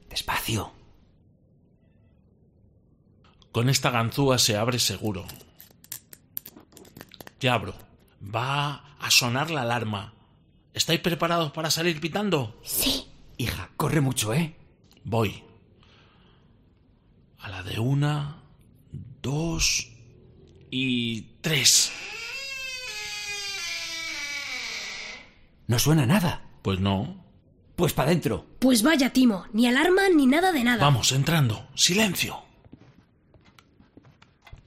despacio. Con esta ganzúa se abre seguro. Ya abro. Va a sonar la alarma. ¿Estáis preparados para salir pitando? Sí. Hija, corre mucho, ¿eh? Voy. A la de una, dos y tres. No suena nada. Pues no. Pues para adentro. Pues vaya, Timo, ni alarma ni nada de nada. Vamos, entrando. Silencio.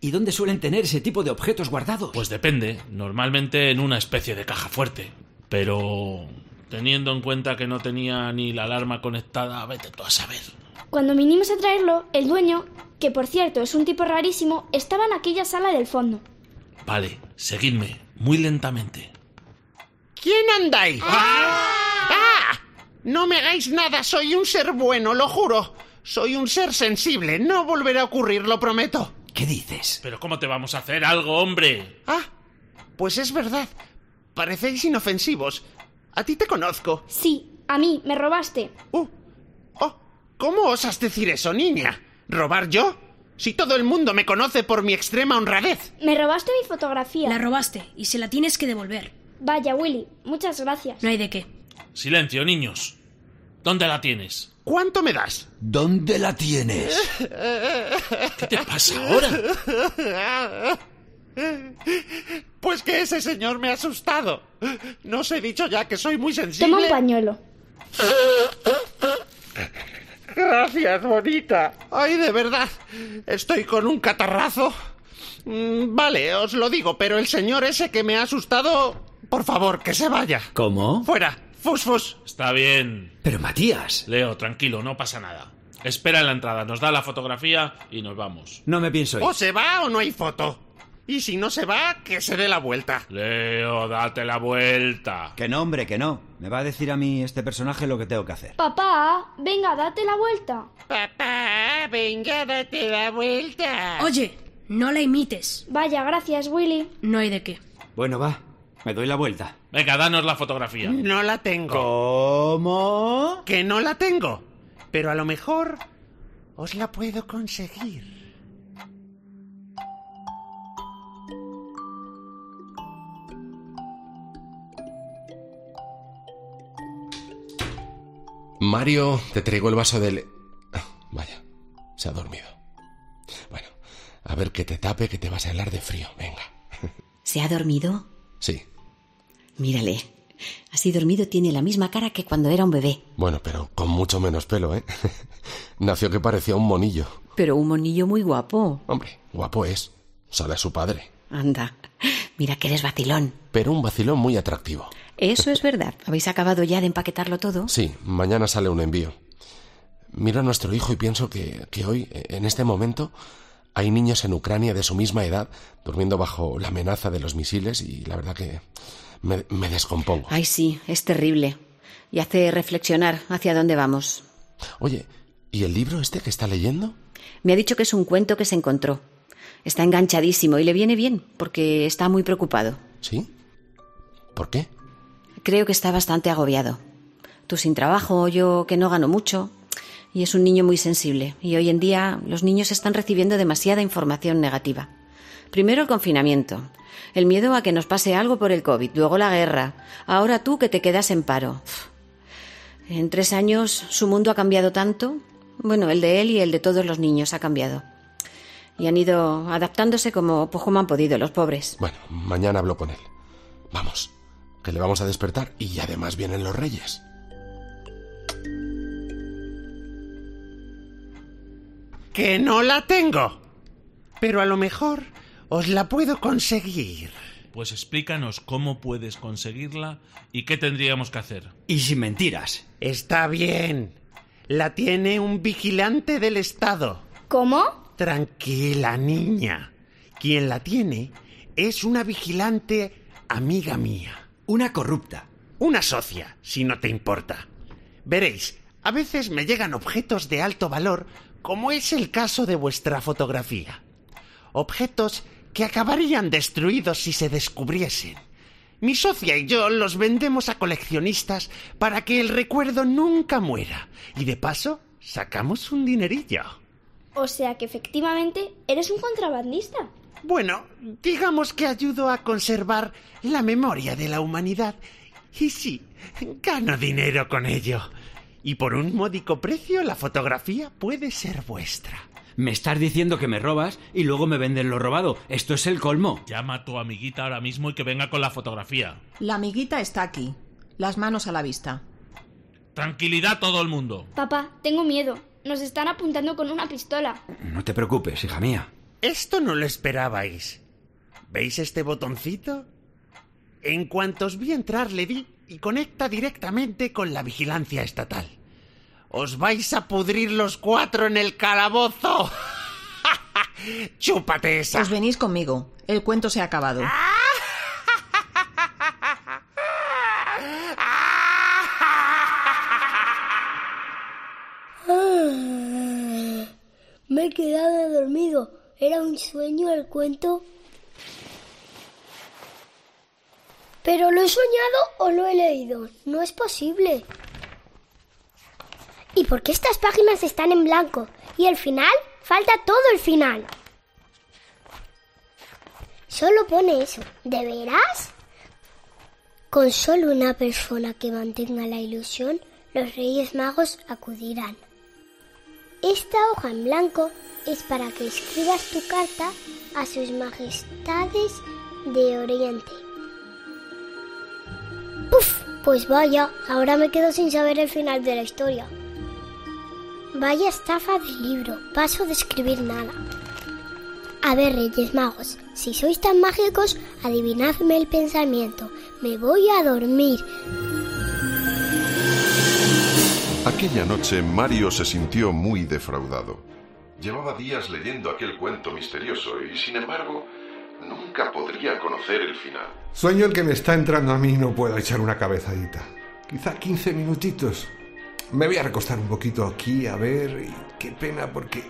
¿Y dónde suelen tener ese tipo de objetos guardados? Pues depende, normalmente en una especie de caja fuerte. Pero teniendo en cuenta que no tenía ni la alarma conectada, vete tú a saber. Cuando vinimos a traerlo, el dueño, que por cierto es un tipo rarísimo, estaba en aquella sala del fondo. Vale, seguidme, muy lentamente. ¿Quién andáis? ¡Ah! No me hagáis nada, soy un ser bueno, lo juro. Soy un ser sensible, no volverá a ocurrir, lo prometo. ¿Qué dices? Pero ¿cómo te vamos a hacer algo, hombre? Ah, Pues es verdad, parecéis inofensivos. A ti te conozco. Uh, oh, Sí, a mí, me robaste. ¿Cómo osas decir eso, niña? ¿Robar yo? Si todo el mundo me conoce por mi extrema honradez. Me robaste mi fotografía. La robaste y se la tienes que devolver. Vaya, Willy, muchas gracias. No hay de qué. Silencio, niños. ¿Dónde la tienes? ¿Cuánto me das? ¿Dónde la tienes? ¿Qué te pasa ahora? Pues que ese señor me ha asustado. No os he dicho ya que soy muy sensible. Toma un pañuelo. Gracias, bonita. Ay, de verdad. Estoy con un catarrazo. Mm, Vale, os lo digo, pero el señor ese que me ha asustado, por favor, que se vaya. ¿Cómo? Fuera. Fus, fus. Está bien. Pero Matías. Leo, tranquilo, no pasa nada. Espera en la entrada, nos da la fotografía y nos vamos. No me pienso O se va o no hay foto. Y si no se va, que se dé la vuelta. Leo, date la vuelta. Que no, hombre, que no. Me va a decir a mí este personaje lo que tengo que hacer. Papá, venga, date la vuelta. Papá, venga, date la vuelta. Oye, no la imites. Vaya, gracias, Willy. No hay de qué. Bueno, va. Me doy la vuelta. Venga, danos la fotografía. No la tengo. ¿Cómo? Que no la tengo. Pero a lo mejor os la puedo conseguir. Mario, te traigo el vaso del... Ah, Vaya, se ha dormido. Bueno, a ver que te tape, que te vas a helar de frío. Venga. ¿Se ha dormido? Sí. Mírale. Así dormido tiene la misma cara que cuando era un bebé. Bueno, pero con mucho menos pelo, ¿eh? Nació que parecía un monillo. Pero un monillo muy guapo. Hombre, guapo es. Sale a su padre. Anda. Mira que eres vacilón. Pero un vacilón muy atractivo. Eso es verdad. ¿Habéis acabado ya de empaquetarlo todo? Sí, mañana sale un envío. Miro a nuestro hijo y pienso que, que hoy, en este momento, hay niños en Ucrania de su misma edad durmiendo bajo la amenaza de los misiles y la verdad que me, me descompongo. Ay, sí, es terrible. Y hace reflexionar hacia dónde vamos. Oye, ¿y el libro este que está leyendo? Me ha dicho que es un cuento que se encontró. Está enganchadísimo y le viene bien, porque está muy preocupado. ¿Sí? ¿Por qué? Creo que está bastante agobiado. Tú sin trabajo, yo que no gano mucho. Y es un niño muy sensible. Y hoy en día los niños están recibiendo demasiada información negativa. Primero el confinamiento. El miedo a que nos pase algo por el COVID. Luego la guerra. Ahora tú que te quedas en paro. Uf. En tres años su mundo ha cambiado tanto. Bueno, el de él y el de todos los niños ha cambiado. Y han ido adaptándose como, pues, como han podido los pobres. Bueno, mañana hablo con él. Vamos, que le vamos a despertar y además vienen los reyes. Que no la tengo. Pero a lo mejor os la puedo conseguir. Pues explícanos cómo puedes conseguirla y qué tendríamos que hacer. Y sin mentiras. Está bien. La tiene un vigilante del Estado. ¿Cómo? Tranquila, niña. Quien la tiene es una vigilante amiga mía. Una corrupta. Una socia, si no te importa. Veréis, a veces me llegan objetos de alto valor, como es el caso de vuestra fotografía. Objetos que acabarían destruidos si se descubriesen. Mi socia y yo los vendemos a coleccionistas para que el recuerdo nunca muera. Y de paso, sacamos un dinerillo. O sea que efectivamente eres un contrabandista. Bueno, digamos que ayudo a conservar la memoria de la humanidad. Y sí, gano dinero con ello. Y por un módico precio la fotografía puede ser vuestra. Me estás diciendo que me robas y luego me venden lo robado. Esto es el colmo. Llama a tu amiguita ahora mismo y que venga con la fotografía. La amiguita está aquí, las manos a la vista. Tranquilidad todo el mundo. Papá, tengo miedo. Nos están apuntando con una pistola. No te preocupes, hija mía. Esto no lo esperabais. ¿Veis este botoncito? En cuanto os vi entrar le di y conecta directamente con la vigilancia estatal. Os vais a pudrir los cuatro en el calabozo. Chúpate esa. Os venís conmigo. El cuento se ha acabado. Ah, me he quedado dormido. Era un sueño el cuento. Pero lo he soñado o lo he leído. No es posible. ¿Y por qué estas páginas están en blanco? ¿Y el final? Falta todo el final. Solo pone eso. ¿De veras? Con solo una persona que mantenga la ilusión, los Reyes Magos acudirán. Esta hoja en blanco es para que escribas tu carta a sus majestades de Oriente. ¡Puf! Pues vaya, ahora me quedo sin saber el final de la historia. Vaya estafa de libro, paso de escribir nada. A ver, Reyes Magos, si sois tan mágicos, adivinadme el pensamiento. Me voy a dormir. Aquella noche Mario se sintió muy defraudado. Llevaba días leyendo aquel cuento misterioso y, sin embargo, nunca podría conocer el final. Sueño el que me está entrando a mí y no puedo echar una cabezadita. Quizá 15 minutitos. Me voy a recostar un poquito aquí, a ver, y qué pena porque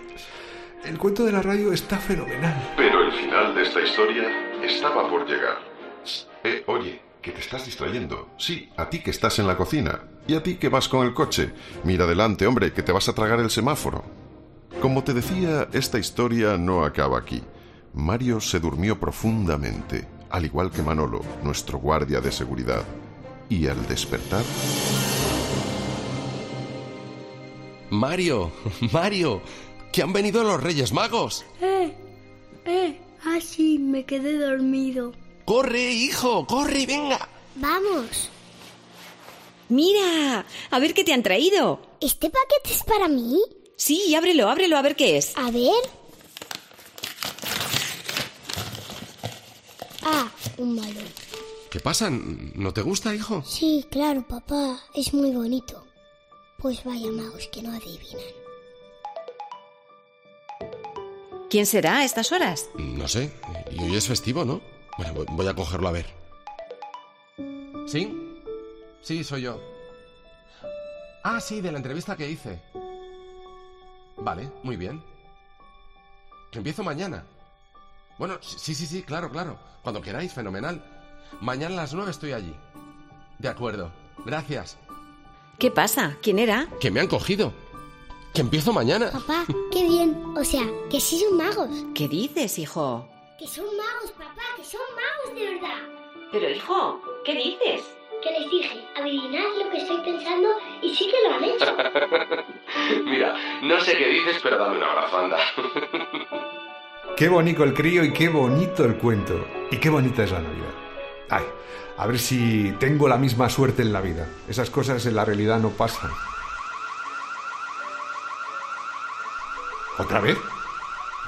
el cuento de la radio está fenomenal. Pero el final de esta historia estaba por llegar. Eh, oye, que te estás distrayendo. Sí, a ti que estás en la cocina. Y a ti que vas con el coche. Mira adelante, hombre, que te vas a tragar el semáforo. Como te decía, esta historia no acaba aquí. Mario se durmió profundamente, al igual que Manolo, nuestro guardia de seguridad. Y al despertar... Mario, Mario, que han venido los Reyes Magos. Eh, eh, así me quedé dormido. Corre, hijo, corre, venga. Vamos. Mira, a ver qué te han traído. ¿Este paquete es para mí? Sí, ábrelo, ábrelo, a ver qué es. A ver. Ah, un balón. ¿Qué pasa? ¿No te gusta, hijo? Sí, claro, papá, es muy bonito. Pues vaya magos que no adivinan. ¿Quién será a estas horas? Mm, No sé. Y hoy es festivo, ¿no? Bueno, voy- voy a cogerlo a ver. ¿Sí? Sí, soy yo. Ah, sí, de la entrevista que hice. Vale, muy bien. Empiezo mañana. Bueno, sí, sí, sí, claro, claro. Cuando queráis, fenomenal. Mañana a las nueve estoy allí. De acuerdo. Gracias. ¿Qué pasa? ¿Quién era? Que me han cogido. Que empiezo mañana. Papá, qué bien. O sea, que sí son magos. ¿Qué dices, hijo? Que son magos, papá, que son magos de verdad. Pero, hijo, ¿qué dices? Que les dije, adivinad lo que estoy pensando y sí que lo han hecho. Mira, no sé qué dices, pero dame una abrazo, anda. Qué bonito el crío y qué bonito el cuento. Y qué bonita es la Navidad. Ay, a ver si tengo la misma suerte en la vida. Esas cosas en la realidad no pasan. ¿Otra vez?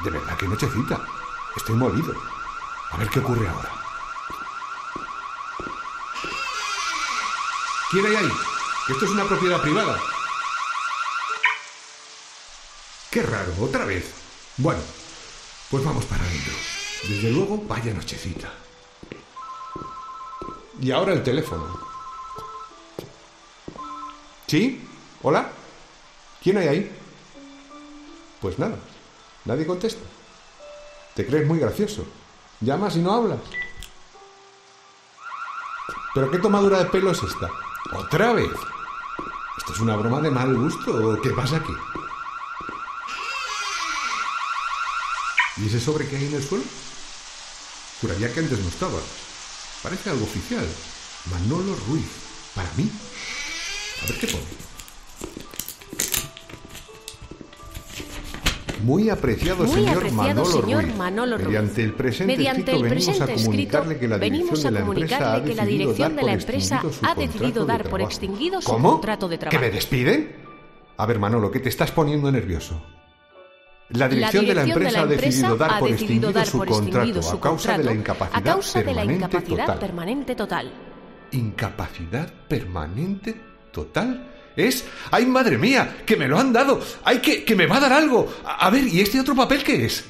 De verdad, qué nochecita. Estoy movido. A ver qué ocurre ahora. ¿Quién hay ahí? Que Esto es una propiedad privada. Qué raro, otra vez. Bueno, pues vamos para adentro. Desde luego, vaya nochecita. Y ahora el teléfono. ¿Sí? ¿Hola? ¿Quién hay ahí? Pues nada, nadie contesta. Te crees muy gracioso. Llamas y no hablas. ¿Pero qué tomadura de pelo es esta? ¿Otra vez? ¿Esto es una broma de mal gusto o qué pasa aquí? ¿Y ese sobre que hay en el suelo? Juraría que antes no estaba. Parece algo oficial. Manolo Ruiz. Para mí. A ver qué pone. Muy apreciado Muy señor apreciado Manolo señor Ruiz. Manolo Ruiz. Mediante el presente Mediante escrito el venimos a presente comunicarle escrito, que la venimos a dirección de la empresa ha comunicarle que la decidido dirección dar de por la empresa extinguido ha decidido dar por extinguido su su contrato de trabajo. ¿Cómo? contrato de trabajo. ¿Que me despiden? A ver, Manolo, que te estás poniendo nervioso. La dirección, de la dirección empresa ha decidido empresa dar ha por decidido extinguido dar su por contrato extinguido su a causa de la contrato incapacidad a causa de la permanente incapacidad total. permanente total. Incapacidad permanente total. Es. ¡Ay, madre mía! ¡Que me lo han dado! ¡Ay, que, que me va a dar algo! A, a ver, ¿y este otro papel qué es?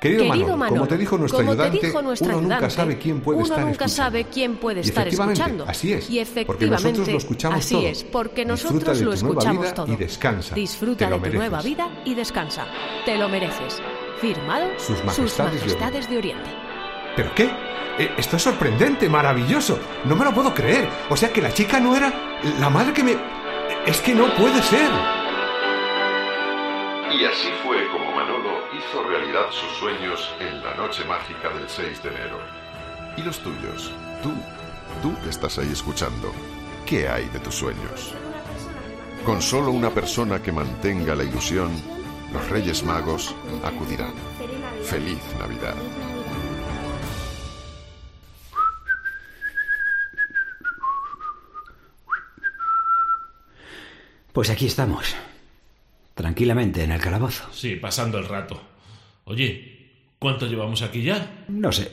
Querido, Manolo, como te dijo nuestro como te ayudante, dijo nuestro uno nunca ayudante, sabe quién puede uno estar nunca escuchando. sabe quién puede Y estar efectivamente, escuchando. así es, Y porque nosotros lo efectivamente, escuchamos así todo. es, porque Disfruta nosotros de lo tu nueva escuchamos vida todo. y descansa. Disfruta Te lo de tu mereces. nueva vida y descansa. Te lo mereces. Firmado Sus Majestades de Majestades de Oriente. ¿Pero qué? Eh, Esto es sorprendente, maravilloso. No me lo puedo creer. O sea que la chica no era la madre que me... Es que no puede ser. Y así fue como Manolo hizo realidad sus sueños en la noche mágica del 6 de enero. ¿Y los tuyos? Tú, tú que estás ahí escuchando, ¿qué hay de tus sueños? Con solo una persona que mantenga la ilusión, los Reyes Magos acudirán. Feliz Navidad. Pues aquí estamos. Tranquilamente en el calabozo. Sí, pasando el rato. Oye, ¿cuánto llevamos aquí ya? No sé.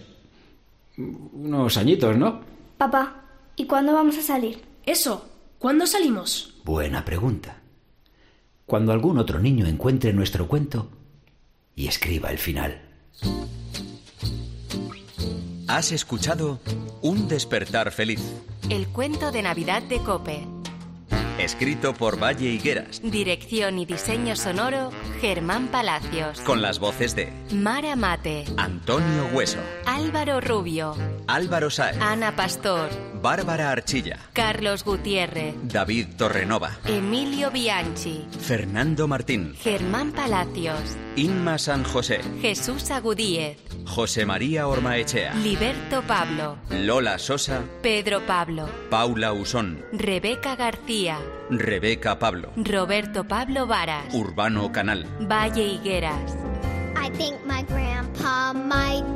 Unos añitos, ¿no? Papá, ¿y cuándo vamos a salir? Eso, ¿cuándo salimos? Buena pregunta. Cuando algún otro niño encuentre nuestro cuento y escriba el final. Has escuchado Un despertar feliz, El cuento de Navidad de Cope. escrito por Valle Higueras, Dirección y diseño sonoro, Germán Palacios. con las voces de Mara Mate, Antonio Hueso, Álvaro Rubio, Álvaro Saez, Ana Pastor, Bárbara Archilla, Carlos Gutiérrez, David Torrenova, Emilio Bianchi, Fernando Martín, Germán Palacios, Inma San José, Jesús Agudíez, José María Ormaechea, Liberto Pablo, Lola Sosa, Pedro Pablo, Paula Usón, Rebeca García, Rebeca Pablo, Roberto Pablo Varas, Urbano Canal. Valle Higueras. I think my grandpa might